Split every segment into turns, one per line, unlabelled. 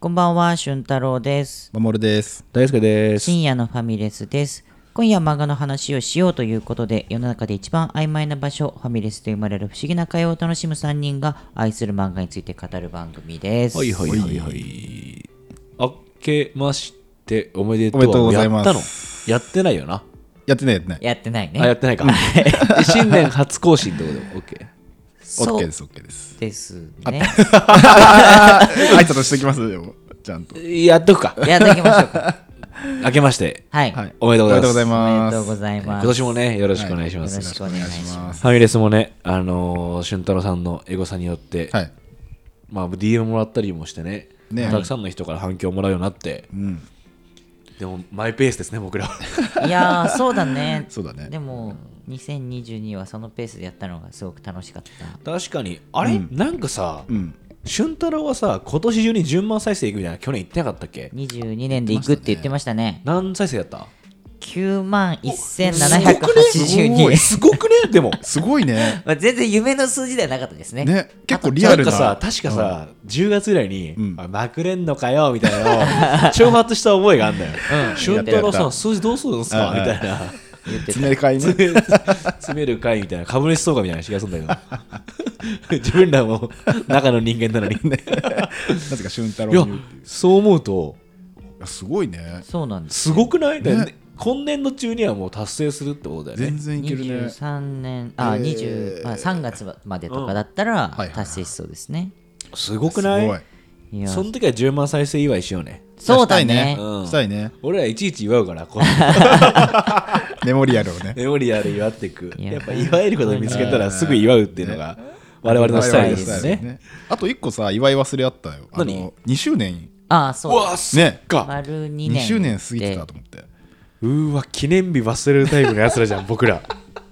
こんばんは、俊太郎です。
まもるです。
大輔です。
深夜のファミレスです。今夜は漫画の話をしようということで、世の中で一番曖昧な場所、ファミレスと生まれる不思議な会話を楽しむ3人が愛する漫画について語る番組です。
はいはいはいはい。あけましておめでとう。
おめでとうございます
やったのやってないよな。
やってないやってない。
やってないね。
あ、やってない か。新年初更新ってことで、OK。
オ
そ
ッケー
う
です、オッケーです。
ですね。
挨拶してきますよ、ちゃんと。
やっとくか。
やっていきましょうか。
明けまして、
はい。
はい
おめでとうございま
おめで
す。
とう
おめ
ご
で
ざいます。
今年もね、よろしくお願いし
よ
ま
ろ
す。
しくお願いしま。
ますす
ファミレスもね、あのー、俊太郎さんのエゴサによって、
はい。
まあ、DM もらったりもしてね
ね
たくさんの人から反響をもらうようになって、
ん
でも、マイペースですね、僕らは。
いやー、そうだね。
そうだね
でも、2022はそのペースでやったのがすごく楽しかった。
確かにあれ、なんかさ、
うん。
俊太郎はさ今年中に10万再生いくみたいな去年言ってなかったっけ
22年で行くって言ってましたね。
何再生だった
9万
すごい
1782
すごくねでも
すごいね。
まあ全然夢の数字ではなかったですね。
ね、結構リアル
なんかさ
な。
確かさ、10月ぐらいに、
ん
あまくれんのかよみたいなのを挑発した覚えがあんだよ、俊太
やった
郎
や
さ
った
ん数字どうするんですか
うん
み
うん
たいな
言ってた
詰め 替えね。
詰め詰める会みたいな株主総会みたいな気がするんだけど 自分らも中の人間なのに、
なぜか俊太
い
郎
や
に言うっていう
そう思うと
いや。すごいね。
そうなんです。
すごくない、だから
ね
ね、今年度中にはもう達成するってことだよね
全然いけるね。
23年、あ、
えー
20、まあ、3月までとかだったら
はいはい
達成しそうですね。
すごくない
すごい
いや
その時は10万再生祝いしようね
そうだ
したい
ね
ね。
うん
したいね。
俺らいちいち祝うからこう
メモリアルをね。
メモリアル祝っていく
いや
やっぱ祝えることを見つけたらすぐ祝うっていうのが 我々のスタイルです
我々のスタイル
ね。
あと一個さ、祝い忘れあったよ。あ
何
の、2周年。
あ、
う
そうだ
わそっか
丸2年。
2周年過ぎてたと思って。
うーわ記念日忘れるタイプのやつらじゃん僕ら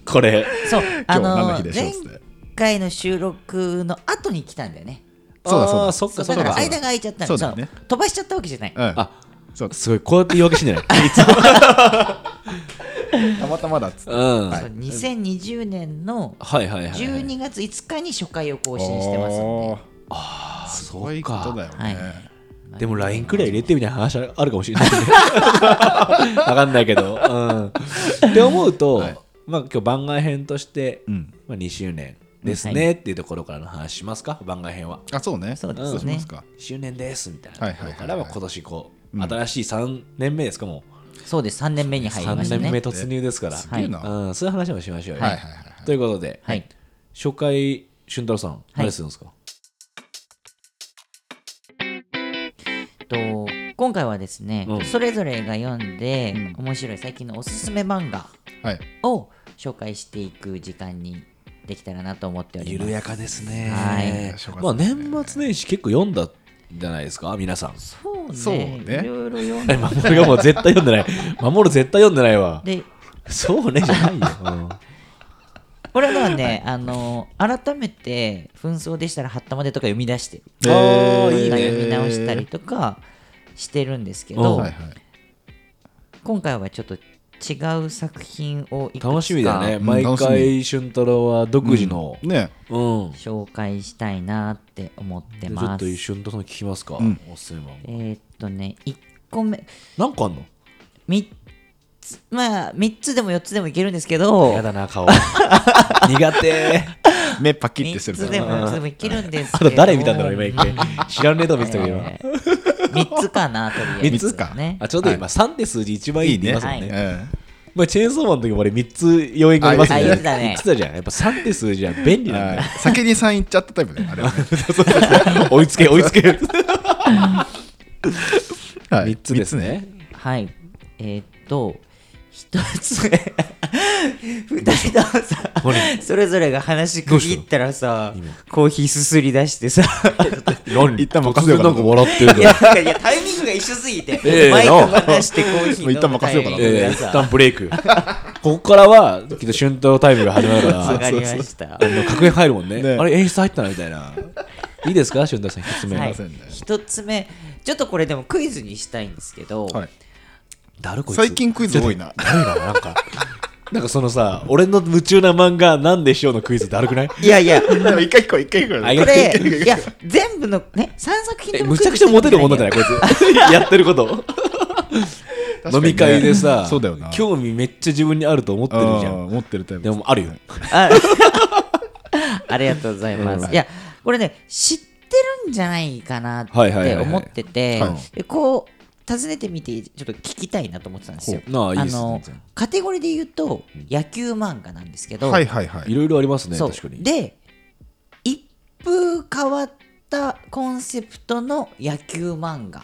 これ
そう、あ
今日何
の
の日でしょう
前
っつって
回の収録の後に来たんだよね。
そうだそうだ
あーそっ
そ
か
う
そ
だ
っ
から
か
間が空いちゃったの
そうだね
そう飛ばしちゃったわけじゃない。
うん。
あ
そう
すごいこうやって言い訳してん じゃないい
た
つも
またまだっつって。
う
そ
ん
う2020年の
はいはいはいはい
12月5日に初回を更新してますんで。
あ
す
そ
ごいうことだよ
か
はい
ね。
でも LINE くらい入れてみたいな話あるかもしれ ないねわかんないけどうんって思うと
はい
まあ今日番外編として
うん。
まあ、2周年です
は
ねっていうところからの話しますか、番外編は。
あ、そうね。
そうですね
しますか。
1周年ですみたいな
はい
とこ
はいはいはい
ろからは今年こう、
うん
新しい3年目ですかも
そうです、3年目に
う
入りました
3年
ね。
目突入ですから、
すげえな。は
うん、そういう話もしましょう
い
よ、
はいはいはい。
ということで、
はい。
初回俊太郎さん何するんですか、
と今回はですね、
うん
それぞれが読んで、
う
面白い最近のおすすめ漫画
はい。
を紹介していく時間にできたらなと思っておりま
緩
す。
やかですね、
はい
まあ、年末年始結構読んだんじゃないですか皆さん
そうね
そうね
いろいろ読ん
え
で。
守るがもう絶対読んでない 守る絶対読んでないわ
で
そうねじゃないよ、うん
これはね、 あの改めて「紛争でしたらはったまで」とか読み出してる、
えー
あーいいね
読み直したりとかしてるんですけ
う
ど、
ん
はいはい。
今回はちょっと違う作品をいくつか
楽しみだよね
ん
毎
楽し
回俊太郎は独自の
ね
うん、
紹介したいなって思って
でちょ
ます
っと。一瞬とその聞きますか、
ん
おすすめ漫
え
画
ーっとね、1個目、
何個あんの
3つ、まあ、3つでも4つでもいけるんですけど、
やだな顔 苦手
目パキッて
3
する
つでも4つでもいけるんです
あ
けど、
と誰見たんだろう今一回知らんねえと思ってたけど、
えー3つかな、とりあえず、ね。
三つか
あちょうど今3って数字一番いいって言いますもん
いい
ね
ね
うん
まあ、チェーンソーマンの時も俺3つ要因がありますよ
あ
ね
言ってたね
言ってたじゃんやっぱ3って数字は便利なんだ
は
よ
い先に3いっちゃったタイプね。あれはね
追いつけ追いつけ
はい
3つですね
はい。えーっと、1つ目、2人ともさ、それぞれが話区切ったらさ、コーヒーすすり出してさ、
何
一旦任
突
せよう
然
か
な
なん
か笑ってる
い
から
や、なんかいやタイミングが一緒すぎて、
ええ
マイク離してコーヒー飲む
一旦任せようかな
タイミング
え
が
ー、
さ
一旦ブレイ クここからはきっと春闘タイムが始まるから
わかりました。
あの確変入るもんね
ね
あれ演出入ったなみたいないいですか俊太さん1つ目、
はい
せんね、
一つ目、ちょっとこれでもクイズにしたいんですけど、
はい
だるこいつ
最近クイズ多いな。
だるいななんかなんかそのさ、俺の夢中な漫画なんでしょうのクイズだるくない
いやいや、 こ
でも一回聞こう、一回聞こう。
あいや
れ、いや、全部のね、3作品
え
とも
むちゃくちゃモテる女じゃないこいつ。やってること。
確かに
飲
ね
み会でさ、
そうだよな。日
興味めっちゃ自分にあると思ってるじゃん。
持ってるタイプ。
でもあるよ。
あ ありがとうございます。いや、これね、知ってるんじゃないかなっ
はいはいはい
て
はい
思ってて
はい、
でこう、尋ねてみて、ちょっと聞きたいなと思ってたんですよ。
ほうなあいいっすね
の
全然、
カテゴリーで言うと、野球漫画なんですけど、
はいはいはいい。
ろいろありますね、
そう
確かに。
で、一風変わったコンセプトの野球漫画。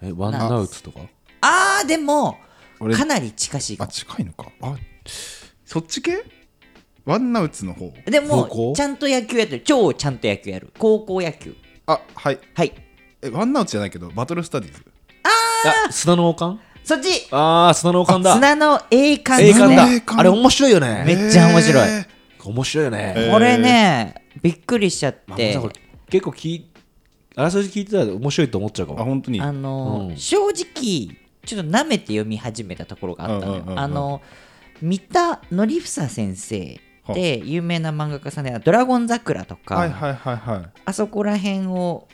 え、ワンアウトとか
あー、でも、
俺
かなり近しいか
あ、
も。
近いのか。あ、そっち系ワンナウツの方。
で
高校
も、ちゃんと野球やってる。超ちゃんと野球やる。高校野球。
あ、はい。
はい。
え、ワンナウツじゃないけど、バトルスタディーズ。
あ、砂の王冠
そっち
あー、砂の王冠だ。
砂の栄冠
栄
です
冠
ね。
だ
栄。冠
あれ面白いよね。
めっちゃ面白い
え
面白いよね。
え
これね、びっくりしちゃっ
まあ
て、
さこれ結構聞い、あらすじ聞いてたら面白いと思っちゃうか
ーあ、
も。
本当に。
あのー
うん
正直ちょっと舐めて読み始めたところがあったのよ。
うんうんうんうん
あの三田紀房先生って有名な漫画家さんで「ドラゴン桜」とか、
はいはいはいはい。
あそこら辺を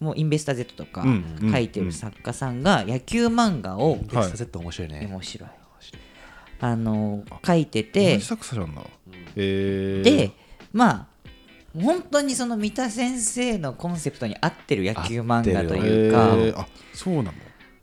もうインベスタ Z とか
うんうん
書いてる作家さんが野球漫画を
ベストセット面白いね。
面白い、あのー書いて
同
て
じ作者なんだ。えー、
で、まあ本当にその三田先生のコンセプトに合ってる野球漫画と
え
いうか。
ー、あ、そうなの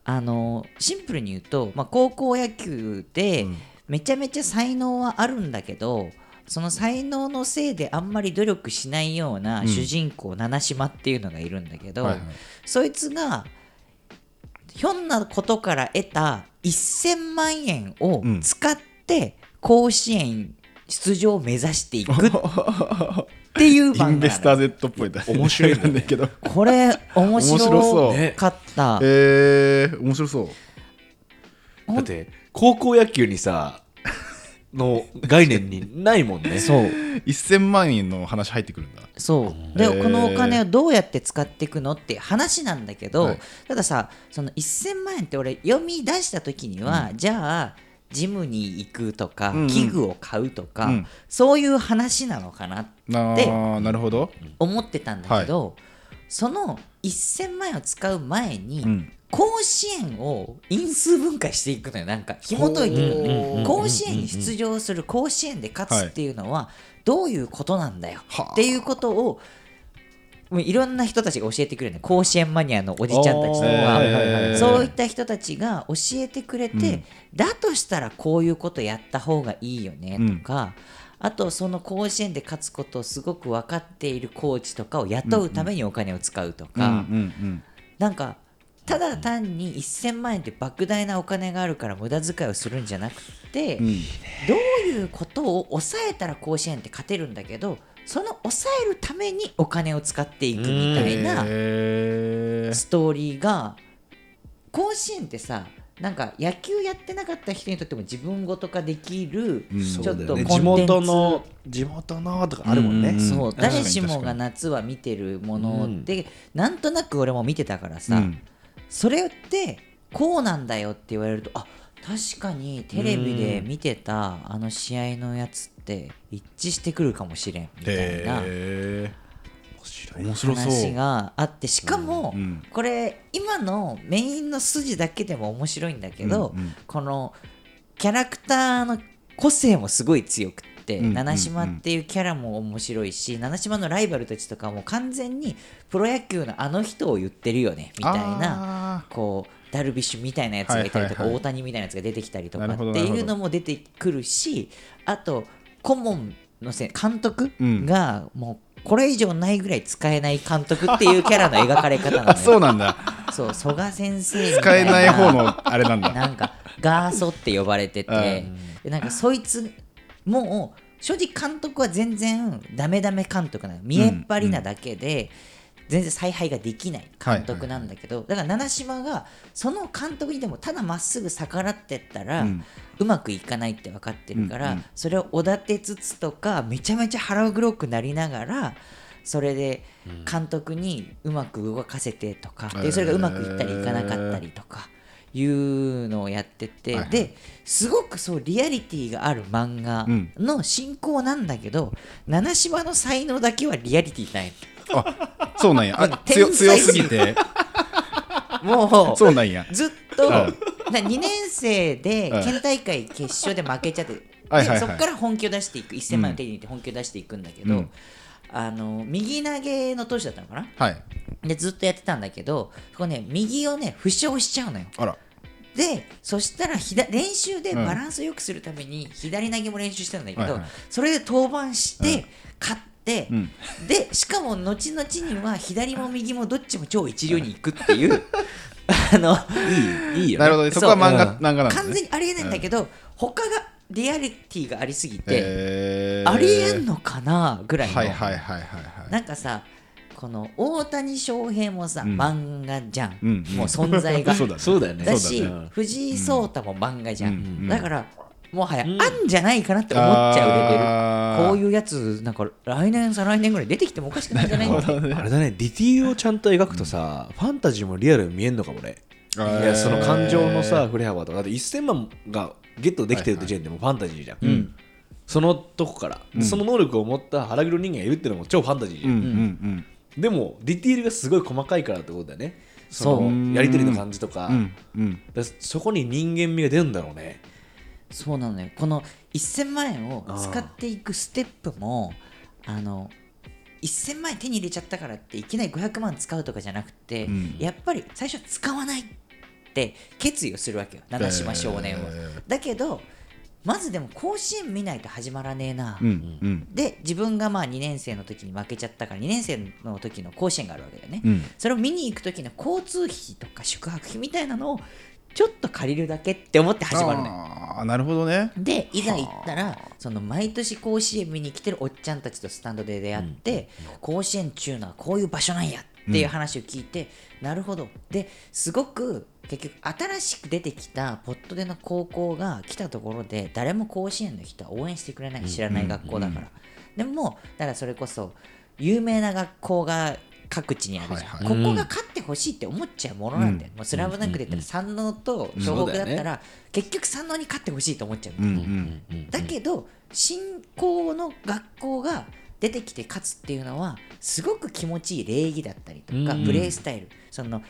あのシンプルに言うと、まあ、高校野球で
うん
めちゃめちゃ才能はあるんだけど、その才能のせいであんまり努力しないような主人公七島っていうのがいるんだけど、
はいはい
そいつがひょんなことから得た1000万円を
うん
使って甲子園出場を目指していくっていう漫画なの
インベスター Z っぽいだ
面白いね
なんだけど。
これ面
面白そう
白かった。
えー、面白そう。
だって、高校野球に さ、の概念にないもんね。
そう
1000万円の話入ってくるんだ。
そうで
へー
このお金をどうやって使っていくのって話なんだけど、
はい
たださその1000万円って俺読み出した時には、じゃあジムに行くとか、
うんうん
器具を買うとか、
うん
そういう話なのかなって
な
で
あなるほど。
思ってたんだけど、その1000万円を使う前に、
うん
甲子園を因数分解していくのよなんか紐解いていくの
うんうんうんう
よ
ん
甲子園に出場する甲子園で勝つっていうのはどういうことなんだよ
はあ
っていうことをもういろんな人たちが教えてくれるの甲子園マニアのおじちゃんたちと
あー
か、
はいはい
はい
そういった人たちが教えてくれて、
うん
だとしたらこういうことやった方がいいよねとか、あとその甲子園で勝つことをすごく分かっているコーチとかを雇うためにお金を使うと
うんう
か、
ん
なんかただ単に1000万円って莫大なお金があるから無駄遣いをするんじゃなくて、
うん。うん
どういうことを抑えたら甲子園って勝てるんだけどその抑えるためにお金を使っていくみたいな
えー
ストーリーが甲子園ってさなんか野球やってなかった人にとっても自分ごと化できる、
うん
ちょっとコ
そうだ
ン
よ
テ
ね
ンツ
地元の、地元のとかあるもん
うん
ね。
そう
確かに
誰しもが夏は見てるもので、なんとなく俺も見てたからさ、
うん
それってこうなんだよって言われるとあ確かにテレビで見てたあの試合のやつって一致してくるかもしれんみたいな
へ
面白
ー面白そう。
話があってしかも
うんうん
これ今のメインの筋だけでも面白いんだけど
うんうん
このキャラクターの個性もすごい強くって
うんうんうん
七島っていうキャラも面白いし七島のライバルたちとかも完全にプロ野球のあの人を言ってるよねみたいな。
な。
こうダルビッシュみたいなやつがいたりとか、
はいはいはい
大谷みたいなやつが出てきたりとかっ
なるほど
て
ないる
う
ほど
のも出てくるしあと顧問のせ監督
うん
がもうこれ以上ないぐらい使えない監督っていうキャラの描かれ方な
あ、
の
そ
よ
うなんだ。
そう曽我先生み
使
た
え
いな
ない方のあれなんだ。
なんかガーソって呼ばれてて、でなんかそいつもう正直監督は全然ダメダメ監督なの見えっ張りなだけで、全然采配ができない監督なんだけど、だから七島がその監督にでもただまっすぐ逆らってったら、う
うん
まくいかないって分かってるから、
うんうん
それをおだてつつとかめちゃめちゃ腹黒くなりながらそれで監督にうまく動かせてとか、
へ
で
ー
それがうまくいったりいかなかったりとかいうのをやってて、
はいはい
ですごくそうリアリティがある漫画の進行なんだけど、七島の才能だけはリアリティない
そうなんやあ
天
強
才
強すぎて
も
そうなんや
うずっと
は
2年生で
はい
県大会決勝で負けちゃって、
はいはいはい
でそこから本気を出していく1000万円を手に入れて本気を出していくんだけど、
うん
あの右投げの投手だったのかな
はい
でずっとやってたんだけどこうね右をね負傷しちゃうのよ
あら
でそしたら左練習で
うん
バランスを良くするために左投げも練習してたんだけど、
はいはい
それで登板して、勝って、
うん
でしかも後々には左も右もどっちも超一流に行くっていう あの
いいよね
なるほどねそこは漫画
うん
漫画なんだ
完
ね
全にありえないんだけど、他がリアリティがありすぎて、
へー
ありえんのかなぐらいの、
はいはいはいはいはい
なんかさこの大谷翔平もさ、
ん
漫画じゃん、
うん
もう存在が
そうだね
そうだよね
だ
そう
し、
だ
ね
藤井聡太も漫画じゃん、
うんうん
だからもはや、
うん
あんじゃないかなって思っちゃうレベルこう
う
いうやつなんか来年再来年ぐらい出てきてもおかしくないんじゃないって
あれだねディティールをちゃんと描くとさ、ファンタジーもリアルに見えんのかもね
い
いやその感情のさ振れ幅とかだって1000万がゲットできてるって時点でもうファンタジーじゃん、
ん
そのとこから、でその能力を持った腹黒人間がいるってのも超ファンタジーじ
う
ゃ
ん
ん、
うんうん
でもディティールがすごい細かいからってことだよねそ
そう
のやり取りの感じとか,、
うんうん
そこに人間味が出るんだろうね
そうなのよこの1000万円を使っていくステップもあの1000万円手に入れちゃったからっていきなり500万使うとかじゃなくて、
うん
やっぱり最初は使わないって決意をするわけよ七島少年は、
え
だけどまずでも甲子園見ないと始まらねえな、
うんうん
で自分がまあ2年生の時に負けちゃったから2年生の時の甲子園があるわけだよね、
うん
それを見に行く時の交通費とか宿泊費みたいなのをちょっと借りるだけって思って始まるのよ
あーなるほどね
でいざ行ったらその毎年甲子園見に来てるおっちゃんたちとスタンドで出会って、甲子園中のはこういう場所なんやっていう話を聞いて、なるほどですごく結局新しく出てきたポットでの高校が来たところで誰も甲子園の人は応援してくれない知らない学校だから、でもだからそれこそ有名な学校が各地にあるじゃん、
はい
はい
ここが勝ってほしいって思っちゃうものなんだよ、もうスラムダンクで言ったら山王と湘北だった
そうだ
ら、結局山王に勝ってほしいと思っちゃう、
うんうん
だけど新興の学校が出てきて勝つっていうのはすごく気持ちいい礼儀だったりとか、
うん
プレースタイルその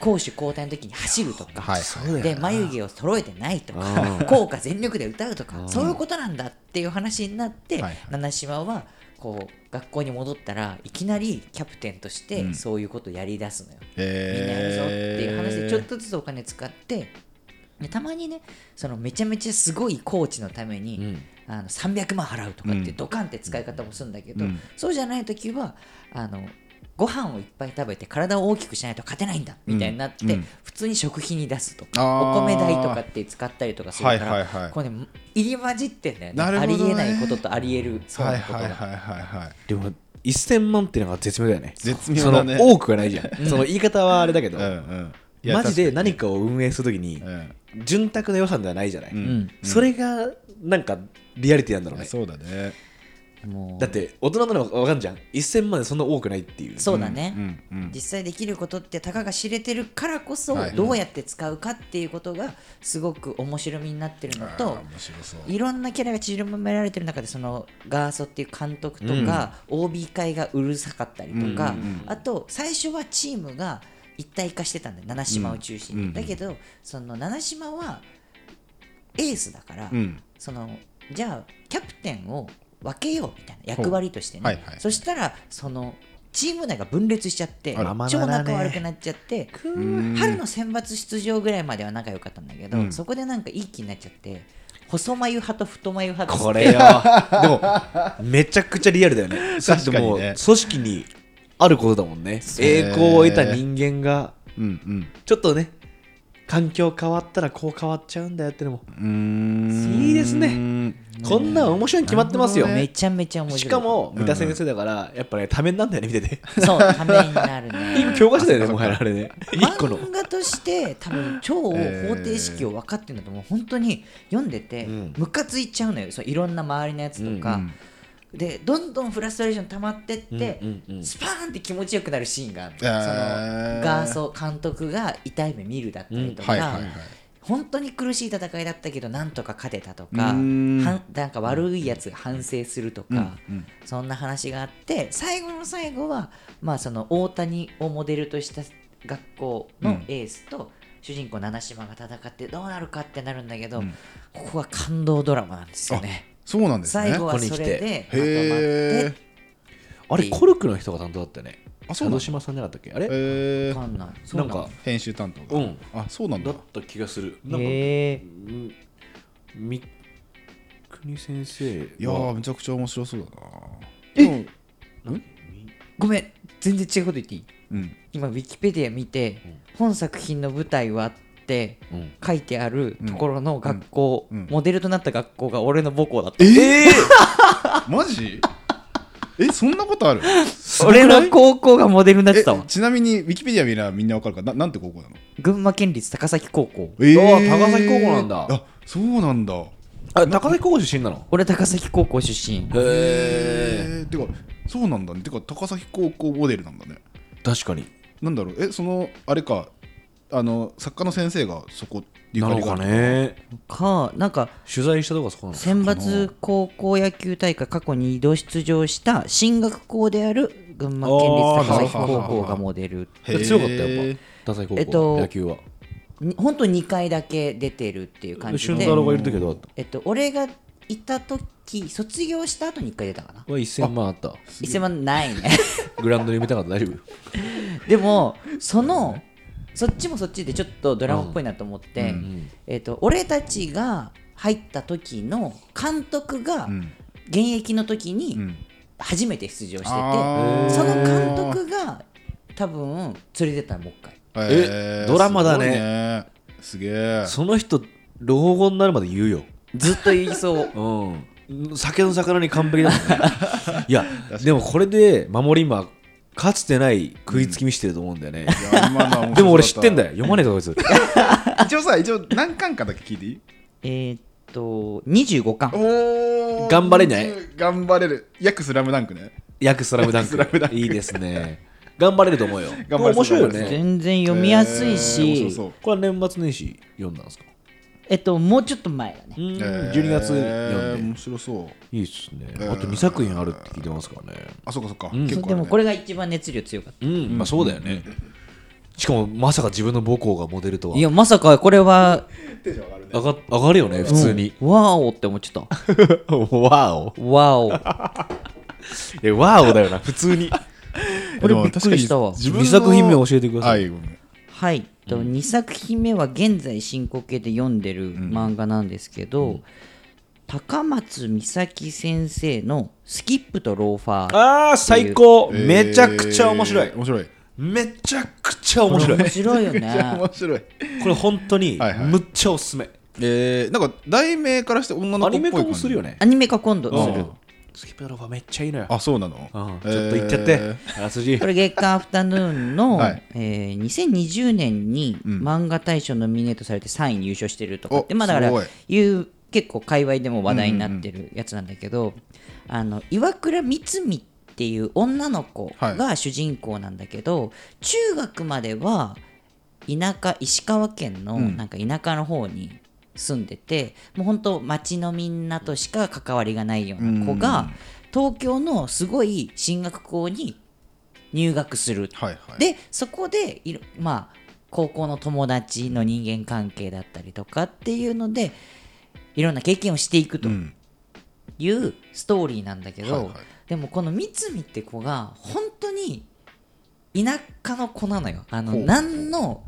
攻守交代の時に走るとか、
はい
そうだよな
で眉毛を揃えてないと
う
か効果全力で歌うと
う
か
ん
そういうことなんだっていう話になって、
はいはい
七島はこう学校に戻ったらいきなりキャプテンとし
う
て
ん
そういうことをやりだすのよ。みんなやるぞって
え
いう
ー
話でちょっとずつお金使ってでたまにねそのめちゃめちゃすごいコーチのために、
うん
あの300万払うとかって
うん
ドカンって使い方もするんだけど、
うん
そうじゃない時はあのご飯をいっぱい食べて体を大きくしないと勝てないんだみたいになって、
うんうん
普通に食費に出すと
あ
か
ー
お米代とかって使ったりとかするから、
はいはいはい
これ、ね、入り混じってんだよね
なるほ
あ
どね
りえないこととありえるそう
はい
なことが、
はいはいはいはい
でも1000万っていうのが絶妙だよね
絶妙だね
その多くはないじゃんその言い方はあれだけど、
うんうんいや
マジで
確か
何かを運営するとき
に
に
うん
潤沢な予算ではないじゃない、
うん
うん
それがなんかリアリティなんだろ
い
う
や
ね
そうだね
もう
だって大人なの分かんじゃん1000万でそんな多くないっていう
そうだね、
うんうん
実際できることってたかが知れてるからこそ
はい
どうやって使うかっていうことがすごく面白みになってるの
あ
と
ー面白そう
いろんなキャラが散りばめられてる中でそのガーソっていう監督とか OB 会がうるさかったりとか
うんうん
あと最初はチームが一体化してたんだよ七島を中心
うんう
に。
ん
だけどその七島はエースだから
うん
そのじゃあキャプテンを分けようみたいな役割としてね、
ほうはいはい
そしたらそのチーム内が分裂しちゃって
あら
超
まだだね
仲悪くなっちゃって
ん
春の選抜出場ぐらいまでは仲良かったんだけど、
うん
そこでなんかいい気になっちゃって細眉派と太眉派と
これよ でもめちゃくちゃリアルだよねそれっても
確かに
う
ね
組織にあることだもんね栄光を得た人間が
うん
ちょっとね環境変わったらこう変わっちゃうんだよってのも
うんうーん
いいですねこんなん面白いに決まってますよ、
なるほど
めちゃめちゃ面白い
しかも三田先生だからやっぱねためになんだよね見てて
そうためになるね
教科書だよねもはやあ れね 一個の
漫画として多分超方程式を分かってるんだと思う、本当に読んでて
うん
ムカついちゃうのよそういろんな周りのやつとか、
うん
でどんどんフラストレーション溜まってって、
うんうんうん
スパーンって気持ちよくなるシーンがあるそ
え
の
ー
ガーソー監督が痛い目見るだったりとか、
はいはいはい
本当に苦しい戦いだったけどなんとか勝てたと
う
かは
ー
ん
ん
なんか悪いやつが反省するとか、
うんうん
そんな話があって最後の最後は、まあ、その大谷をモデルとした学校のエースと主人公七島が戦ってどうなるかってなるんだけど、ここは感動ドラマなんですよね。
そうなんですね
最後はそれでまとまって
へ
あれコルクの人が担当だったよね
あそうなの
門島さんじゃなかったっけあれ
え
わかんないそう
なん
だ
か
編集担当
う
が
ん
あそうなん
だ
だ
った気がするなんか、
へえ
うんみ国先生はい
やーめちゃくちゃ面白そうだな
え
なん
ごめん全然違うこと言っていい
うん
今ウィキペディア見て、
うん
本作品の舞台はって
うん
書いてあるところの学校、
うんうん
モデルとなった学校が俺の母校だった、
ええ マジえそんなことある
俺の高校がモデルになってたわ
えちなみにウィキペディア見ればみんなわかるからななんて高校なの
群馬県立高崎高校
え
高崎高校なんだ
あそうなんだ
あ高崎高校出身なの
俺高崎高校出身
へえ
えー、てかそうなんだねてか高崎高校モデルなんだね
確かに
なんだろうえそのあれかあの作家の先生がそこゆ
な
か
の
りが
か
ある
ね
かなんか
取材したとこそこなの
選抜高校野球大会過去に2度出場した進学校である群馬県立高崎高校がモデル
へー
強かったやっぱ高崎高校、
えっと
野球は
にほんと2回だけ出てるっていう感じ
俊
で
太郎がいる時はどうだっ
えっと、俺がいた時卒業した後に1回出たかな
たは1000万あった
1000万ないね
グラウンドに埋めたかった大丈夫
でもそのそっちもそっちでちょっとドラマっぽいなと思って、
ん
えっと、俺たちが入った時の監督が
うん
現役の時
う
に
ん
初めて出場してて、
あー
その監督が多分連れてったのもう一回
え
えドラマだね
すごいねす
その人老後になるまで言うよ
ずっと言いそう
うん酒の魚に完璧だもんねいやでもこれで守り今かつてない食いつき見してると思うんだよね、
げえいや今のは面白かた
でも俺知ってんだよ読まねえぞこいつ
一応さ一応何巻かだけ聞いていい
えーっと25巻
お
ー頑張れない
頑張れる約スラムダンクね
ヤクスラムダン
ヤクスラムダン
ク
ク
いいですね頑張れると思うよ
頑張れそう
面白いよ
頑張れ
ね
全然読みやすい
えー
し、
面白そう
これは年末年始読んだんですか
えっと、もうちょっと前だね
うん、
えー
12月読ん
面
で
白そう
いいっすね、
ー
あと2作品あるって聞いてますからね
あそっかそっか、
うん
結構あ
で
るね
もこれが一番熱量強かっ
うん、まあそうだよね、しかもまさか自分の母校がモデルと
た
はい
やまさかこれは
テンション上がるね
上が上がるよね普通に、
うんワーオって思っちゃった
わお
ワーオ
えわおだよな普通に
これびっくりしたわ
でも確かに自分の
二作品目教えてくださ
は
い
いごめん
はい、と2作品目は現在進行形で読んでる漫画なんですけど、高松美咲先生の「スキップとローファー」
あー最高
えー
めちゃくちゃ面白い
面白い
めちゃくちゃ面白
こ
い
れ面白いよ
めっちゃ
ね
面白い
これ本当に
はいはい
むっちゃおすすめ
えー、なんか題名からして女の子
ア
っぽ
ニ
い
メ
感じ
化もするよね
アニメ化今度する
うんスキップローファーめっちゃいいのよ
あそうなの
うんちょっと言っちゃって
え
あらすじ
これ月刊アフタヌーンの、
はい
えー2020年に漫画大賞ノミネートされて3位入賞してるとかって、
お
まあだから
すごい
いう結構界隈でも話題になってるやつなんだけど、あの岩倉三海っていう女の子が主人公なんだけど、中学までは田舎石川県のなんか田舎の方に住んでて、もう本当町のみんなとしか関わりがないような子が、東京のすごい進学校に入学する、
はいはい
でそこでいろまあ高校の友達の人間関係だったりとかっていうのでいろんな経験をしていくと
うん
いうストーリーなんだけど、
はいはい
でもこの三海って子が本当に田舎の子なのよあの
ほうほう
何の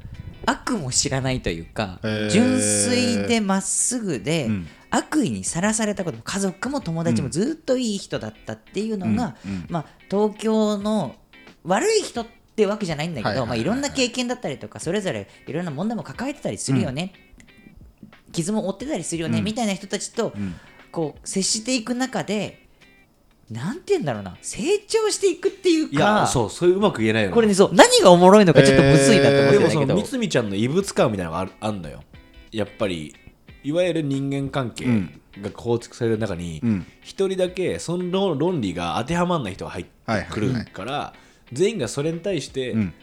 悪も知らないというか
へー
純粋でまっすぐで、
うん
悪意にさらされたことも家族も友達もずっといい人だったっていうのが、
うんうん
まあ、東京の悪い人ってわけじゃないんだけ
はい
ど
はい
まあ
はいいはい
ろんな経験だったりとかそれぞれいろんな問題も抱えてたりするよね、傷も負ってたりするよね、みたいな人たちと
ん
こう接していく中でなんて言うんだろうな成長していくっていうか
いやそうそれうまく言えないよね
これねそう何がおもろいのかちょっとむずいなと思っ
えー
てたん
でも
だ
そ
けど、
の三海ちゃんの異物感みたいなのがあるあんのよやっぱりいわゆる人間関係
うん
が構築される中に
うん
一、人だけその論理が当てはまんない人が入ってくるから、全員がそれに対して
うん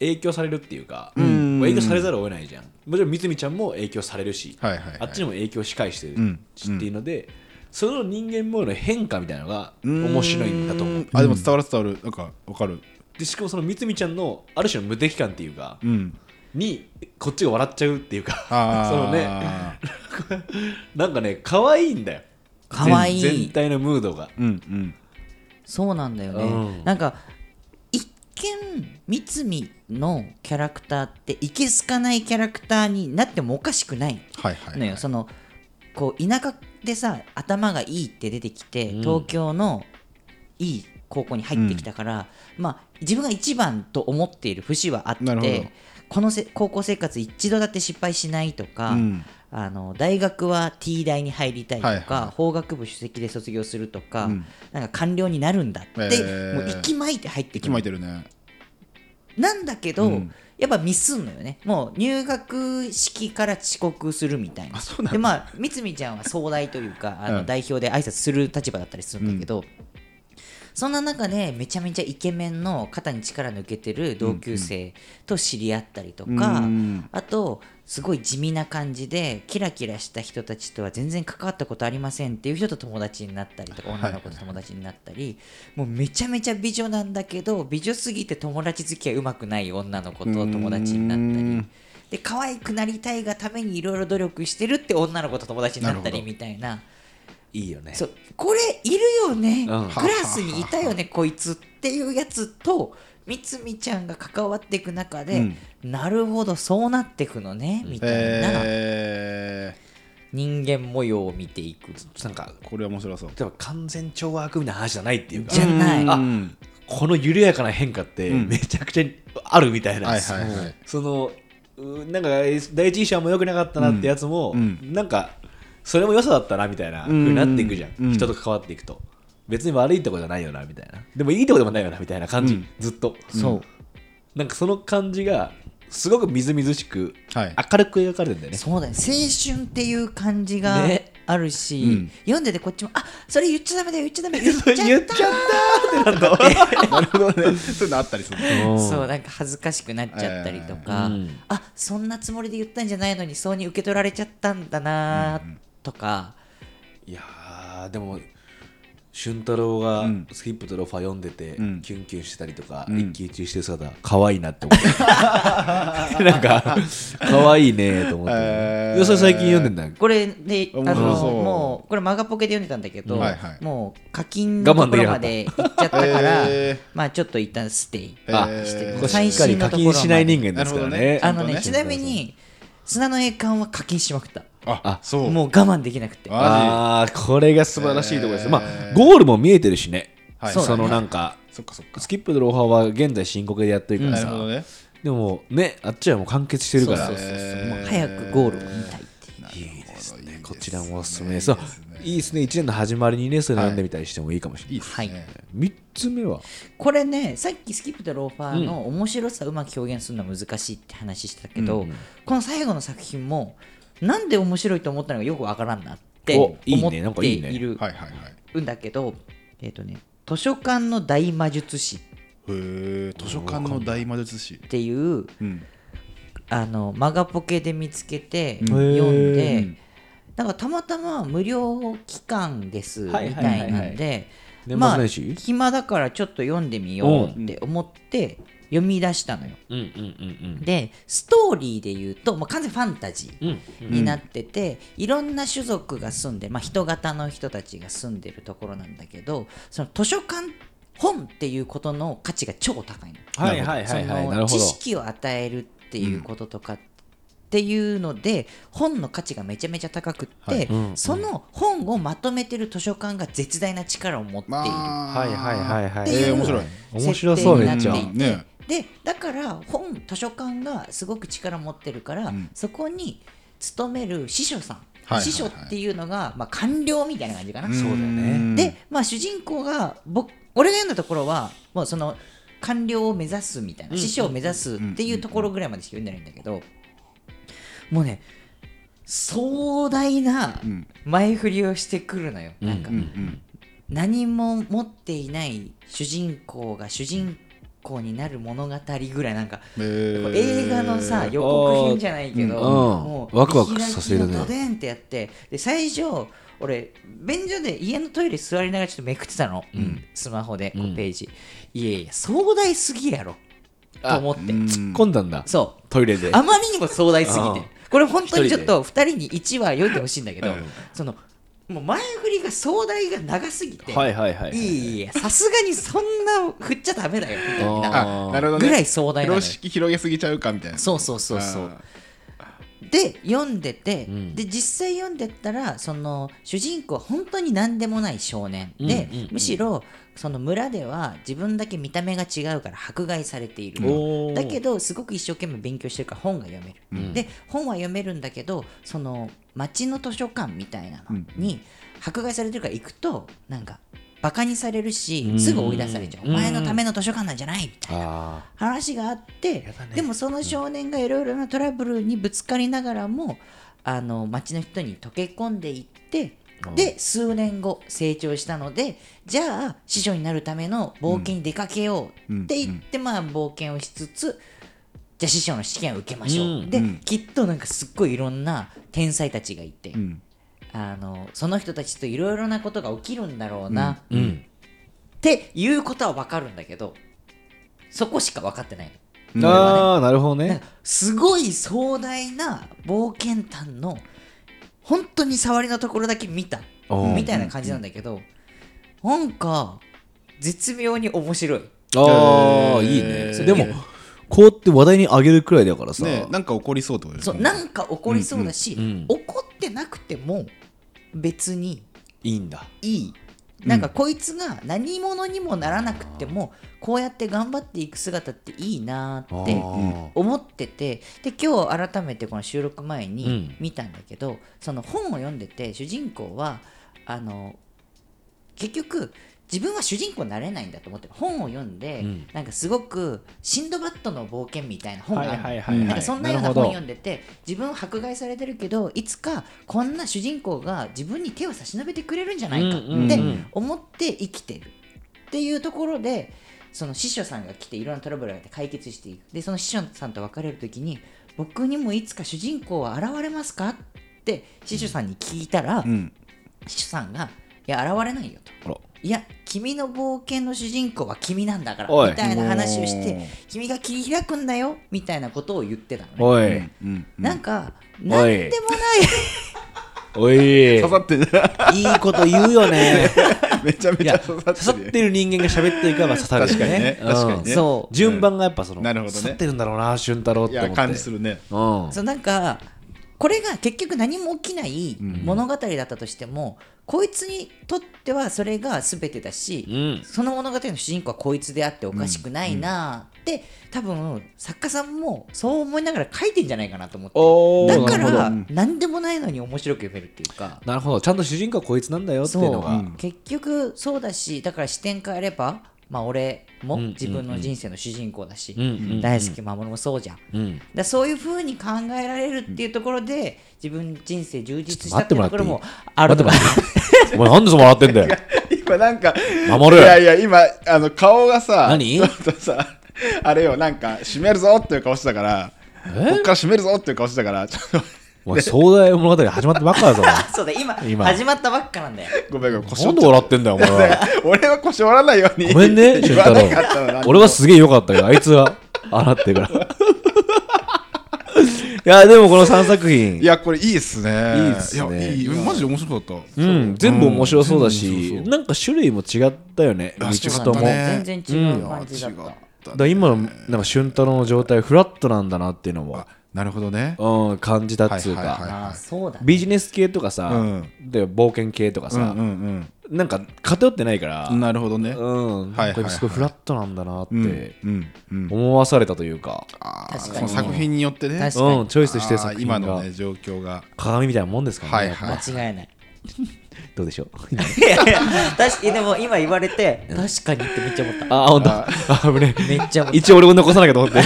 影響されるっていうか、
ん
まあ影響されざるを得ないじゃんもちろん三みちゃんも影響されるし、
はいはいはい
あっちにも影響し返してる
うん
しっていうので、その人間模様の変化みたいなのが
うーん
面白いんだと思う
あでも伝わる伝わるなんかわかる
でしかもその三みちゃんのある種の無敵感っていうか、
うん
にこっちが笑っちゃうっていうか
ああ
そのねなんかね可愛いんだよ
可愛い
全全体のムードが
うんうん
そうなんだよね、
うん
なんか一見三海のキャラクターっていけすかないキャラクターになってもおかしくない
はいはい
のよそのこう田舎でさ頭がいいって出てきて、
うん
東京のいい高校に入ってきたから、まあ自分が一番と思っている節はあっ
なるほど
てこのせ高校生活一度だって失敗しないとか、
うん
あの大学は T 大に入りたいとか、
はいは
法学部首席で卒業するとか、
うん
なんか官僚になるんだって、
えー
もう息巻いて入ってく
息巻い
る
てるね
なんだけど、
うん
やっぱミスんのよねもう入学式から遅刻するみたいな
あそうなんだ
でまあ三海ちゃんは壮大というかあ
う
の
ん
代表で挨拶する立場だったりするんだけど、そんな中でめちゃめちゃイケメンの肩に力抜けてる同級生と知り合ったりとか、
うん
あとすごい地味な感じでキラキラした人たちとは全然関わったことありませんっていう人と友達になったりとか
はい
女の子と友達になったりもうめちゃめちゃ美女なんだけど美女すぎて友達付き合いうまくない女の子と友達にな
う
ったり
ん
で可愛くなりたいがためにいろいろ努力してるって女の子と友達になった
なる
り
ほど
みたいない
いよね
そうこれいるよね、
うん
クラスにいたよねこいつっていうやつとみつみちゃんが関わっていく中で、なるほどそうなってくのねみたいな
え
人間模様を見ていく、
なんか
ーこれ面白そう
例えば完全懲悪みたいな話じゃないっていうか
じゃない
うん
あこの緩やかな変化って
うん
めちゃくちゃあるみたいな、
はいはいはい
そのうなんか第一印象も良くなかったなってやつも、
うん
なんかそれも良さだったなみたいなふうになっていくじゃん、
うん
人と関わっていくと別に悪いとこじゃないよなみたいなでもいいとこでもないよなみたいな感じ、
うん
ずっと
そう
なんかその感じがすごくみずみずしく
はい
明るく描かれてんだよね、
そうだね青春っていう感じが
ね
あるし、
うん
読んでてこっちもあそれ言っちゃダメだよ言っちゃダメ 言っちゃ
言っ
っ
ちゃったーってなっ た
なるほどねそういうのあったりするね
たそうなんか恥ずかしくなっちゃったりとか、
うん
あそんなつもりで言ったんじゃないのにそうに受け取られちゃったんだなとか、
いやーでも俊太郎が
うん
スキップとロファ読んでて、
うん
キュンキュンしてたりとか、
うん
一喜一憂してる姿可愛いなって思って なんか可愛いねと思って、
えー
でそれ最近読んでんだ
これであ
面白
の
そう
もうこれマガポケで読んでたんだけど、
はいはい
もう課金のところまで行っちゃったから、
え
まあちょっと一旦ステイ
ー
あ
えー
して
こ
る
こし
最
っかり
新の
課
ところま
金
で
しない人間ですからね
な
あ
るほ
の
ど
ね
ね
ちなみに砂の栄冠は課金しまくった
あ
あ
そう
もう我慢できなくて
あ
ああーこれが素晴らしいところです、
えー
まあゴールも見えてるしね、
はい
そ
そうだ
の
ね
なんか
そっかそっか
スキップとロファは現在深刻でやってるから
なる
さ、
ほどね
でもねあっちはもう完結してるから
そうそうそうそう、
えー
もう早くゴールを見たいっていう
いいです
いいですね
ね。こちらもおすすめです。あいいですね。一年の始まりにね、それ読んでみたりしてもいいかもしれない
い。ですね
三つ目は、
これねさっきスキップとローファーの面白さをうまく表現するのは難しいって話してたけど、
うんうん
この最後の作品もなんで面白いと思ったのかよくわからんなって思
お
っ
いいね
て
なんかいいね
いる
はいはいはい
んだけどえっ、とね図書館の大魔術師っ
へえ図書館の大魔術師
ていう
うん
あのマガポケで見つけて
うん
読んで、
へー
なんかたまたま無料期間ですみた
はい
い
はいはいはい
なんで、
年末
まあ
年始
暇だからちょっと読んでみようって思って読み出したのよ。
うんうんうん
でストーリーで言うともう完全ファンタジー
うん。うん。
になってて、いろんな種族が住んで、まあ、人型の人たちが住んでるところなんだけどその図書館本っていうことの価値が超高いの。
はいはいはいはい。
そ
な
の
るほ
知
ど。
識を与えるっていうこととかっていうので、本の価値がめちゃめちゃ高くって、
はい
うんうん
その本をまとめてる図書館が絶大な力を持っている。
まあ
はいはいはいは
っ
い。
ていう
えー面白い
面白そうめっち
設
ゃ
定になっていてでだから本図書館がすごく力持ってるから、
ん
そこに勤める司書さん、
はいはいはい
司書っていうのが、まあ、官僚みたいな感じかな、
んそうだよね
で、まあ、主人公が僕俺が読んだところはもうその官僚を目指すみたいな、師匠を目指すっていうところぐらいまでしか読んでないんだけど、もうね壮大な
うん
前振りをしてくるのよ、なんか
うんうん
何も持っていない主人公が主人公になる物語ぐらいなんか
えー
映画のさ予告編じゃないけど、
あー
うん
も
ワクワクさせるね
見開きのドデンってやってで最初俺便所で家のトイレ座りながらちょっとめくってたの、スマホでこう
うん
ページ、いやいや壮大すぎやろと思って、
うん
突っ込んだんだ
そう
トイレで
あまりにも壮大すぎ
あ
て
ー
これ本当にちょっ
一人
と2人に1話読んでほしいんだけど、
うん
そのもう前振りが壮大が長すぎて、、
はいいはいはい
いいやさすがにそんな振っちゃダメだよみたいな
あなるほどね
ぐらい壮大なのよ
風呂敷広げすぎちゃうかみたいな
そうそうそうそう
あ
で読んでて、
うん
で実際読んでったらその主人公は本当に何でもない少年で、
うんうんうん
むしろその村では自分だけ見た目が違うから迫害されている
おー
だけどすごく一生懸命勉強してるから本が読める、
ん
で本は読めるんだけどその町の図書館みたいなのに迫害されてるから行くとなんかバカにされるし
ん
すぐ追い出されちゃう、
うん
お前のための図書館なんじゃないみたいな
あ
話があって、
だね
でもその少年がいろいろなトラブルにぶつかりながらも、あの町の人に溶け込んでいって
うん
で数年後成長したのでじゃあ師匠になるための冒険に出かけようって言って、まあ冒険をしつつじゃあ師匠の試験を受けましょう、
うん
で、
うん
きっとなんかすっごいいろんな天才たちがいて、
ーうん
あのその人たちといろいろなことが起きるんだろうな、
ーうん
っていうことは分かるんだけどそこしか分かってない
うん
ああなるほど
なん
ね
かすごい壮大な冒険譚の本当に触りのところだけ見た
うん
みたいな感じなんだけどなんか絶妙に面白い
ああいい
え
ね
ー
でもこうって話題に上げるくらいだからさ
ねなんか起こりそうってことです
そう
ね
なんか起こりそうだし、
うんうん
怒ってなくても別に
いいんだ
いいなんかこいつが何者にもならなくてもこうやって頑張っていく姿っていいなーっ
あ
て
ー
思っててで今日改めてこの収録前に
うん
見たんだけど、その本を読んでて主人公はあの結局自分は主人公になれないんだと思ってる本を読んで、
うん
なんかすごくシンドバッドの冒険みたいな本があるの、
いはい
なんかそんなような
るほ
本
ど
読んでて自分は迫害されてるけどいつかこんな主人公が自分に手を差し伸べてくれるんじゃないかっ
うんうんうん
て思って生きてるっていうところでその師匠さんが来ていろんなトラブルがあって解決していくでその師匠さんと別れる時に「僕にもいつか主人公は現れますか?」って師匠さんに聞いたら、
うん
師匠さんが「いや現れないよ」と。
あら
いや君の冒険の主人公は君なんだか
お
ら
い
みたいな話をして
お
君が切り開くんだよみたいなことを言ってたのね。
お
う
い
んうん
なんか、
い
なんでもな
おい
刺さってる
いいこと言うよ ね
めちゃめ
い
ち
や
ゃ
刺
刺
さ
さ
っ
ってる
てる人間が喋っていけば刺さるよ
確かにね
うん
確かに
い。
ね
そ
順番がやっぱその
なるほどね
刺さってるんだろうな俊太郎っ
い
て思
や
って
感じするね
うん
う。そうなんか、これが結局何も起きない物語だったとしても、こいつにとってはそれが全てだし、
うん
その物語の主人公はこいつであっておかしくないなーって、多分作家さんもそう思いながら書いてんじゃないかなと思って。
お
だ
ー
か
なるほど
ら
うん
何でもないのに面白く読めるっていうか
なるほどちゃんと主人公はこいつなんだよっていうの
そう
が
ん
結局そうだしだから視点変えればまあ俺も
うんうんうん
自分の人生の主人公だし、
うんうんうん
大好き守もそうじゃん、
うん
だからそういうふうに考えられるっていうところで自分人生充実し
ち
た
ょっ
って
と
いうとこ
待って
ろ
も
もあ
ら
る
って
の
いい
かな
お前なんでそう笑ってんだよ
今なんか
守る
いやいや今あの顔がさ
何
ちょっとさあれよなんか閉めるぞっていう顔してたから
え
こっから閉めるぞっていう顔してたからちょっと
お前壮大物語始まってばっかだぞお前
そうだ今
今
始まったばっかなんだよ
ごめんごめん腰
な
折っ
んで
ちゃ
笑ってんだよお前は
った俺は腰折らないように
ごめんね俊
言
太
わなかったの
郎
なんか
俺はすげえ良かったけどあいつは洗ってるから いやでもこの3作品
いやこれいいっすねい
いっすね
やいいマジで面白かった
うん、全部面白そうだし、
うん
なんか種類も違ったよね、
あ
3つ
違
と
った
も。
ね
全然違う感じだった、
いや違
だから今のなんか俊太郎の状態、フラットなんだなっていうのも
あ、なるほどね
うん、感じたっつう
はいはいはい
か、
ああそうだね
ビジネス系とかさ、
うん
で冒険系とか
うん
さ、
うん
なんか偏ってないから、
うんなるほどね
うん、
はいは
なん
いはい
かすごいフラットなんだなっ
うん
て
うんうん
思わされたというか、
あー
確か
そ
に
の作品によってね
確かに
うん、チョイスしてる
あ
作
ー
品
今の
が
ね状況が
鏡みたいなもんですからね。
はいはい
間違いない
どうでしょう
いやいや 確かにでも今言われて確かにってめっちゃ思った
あ、本当。あ、危ねえ。
めっちゃ思った
一応俺も残さなきゃと思 って。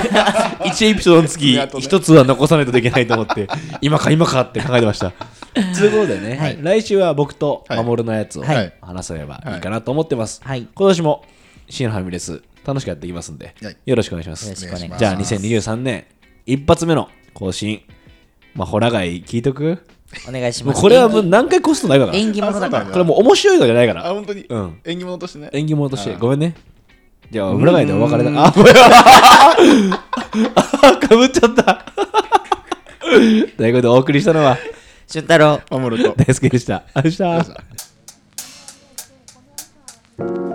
一エピソードにつき
爪痕ね
一つは残さないといけないと思って、今か今かって考えてま した。ということでね、
はい
来週は僕と
はい
守のやつを
はい
話せればいいかなと思ってます。
はい
今年も深夜のファミレス楽しくやっていきますんで
はい、
よろしくお願いしま
よ
す
ろ。しくお願いします
じゃあ2023年一発目の更新。まあ、ホラガイ聞いとく
お願いし
も
ま
う
す
これはもう何回こすとないから。
縁起物だか
あそうなん
ら
だ
これもう面白いのじゃないから。
あ本当に、
うん
縁起物としてね
縁起物として
あー
ごめんねじゃあ裏返でお別れだあごめんあかぶっちゃ ったということでお送りしたのは
俊太郎
守ると
大輔でしたありがとうございました
どうぞ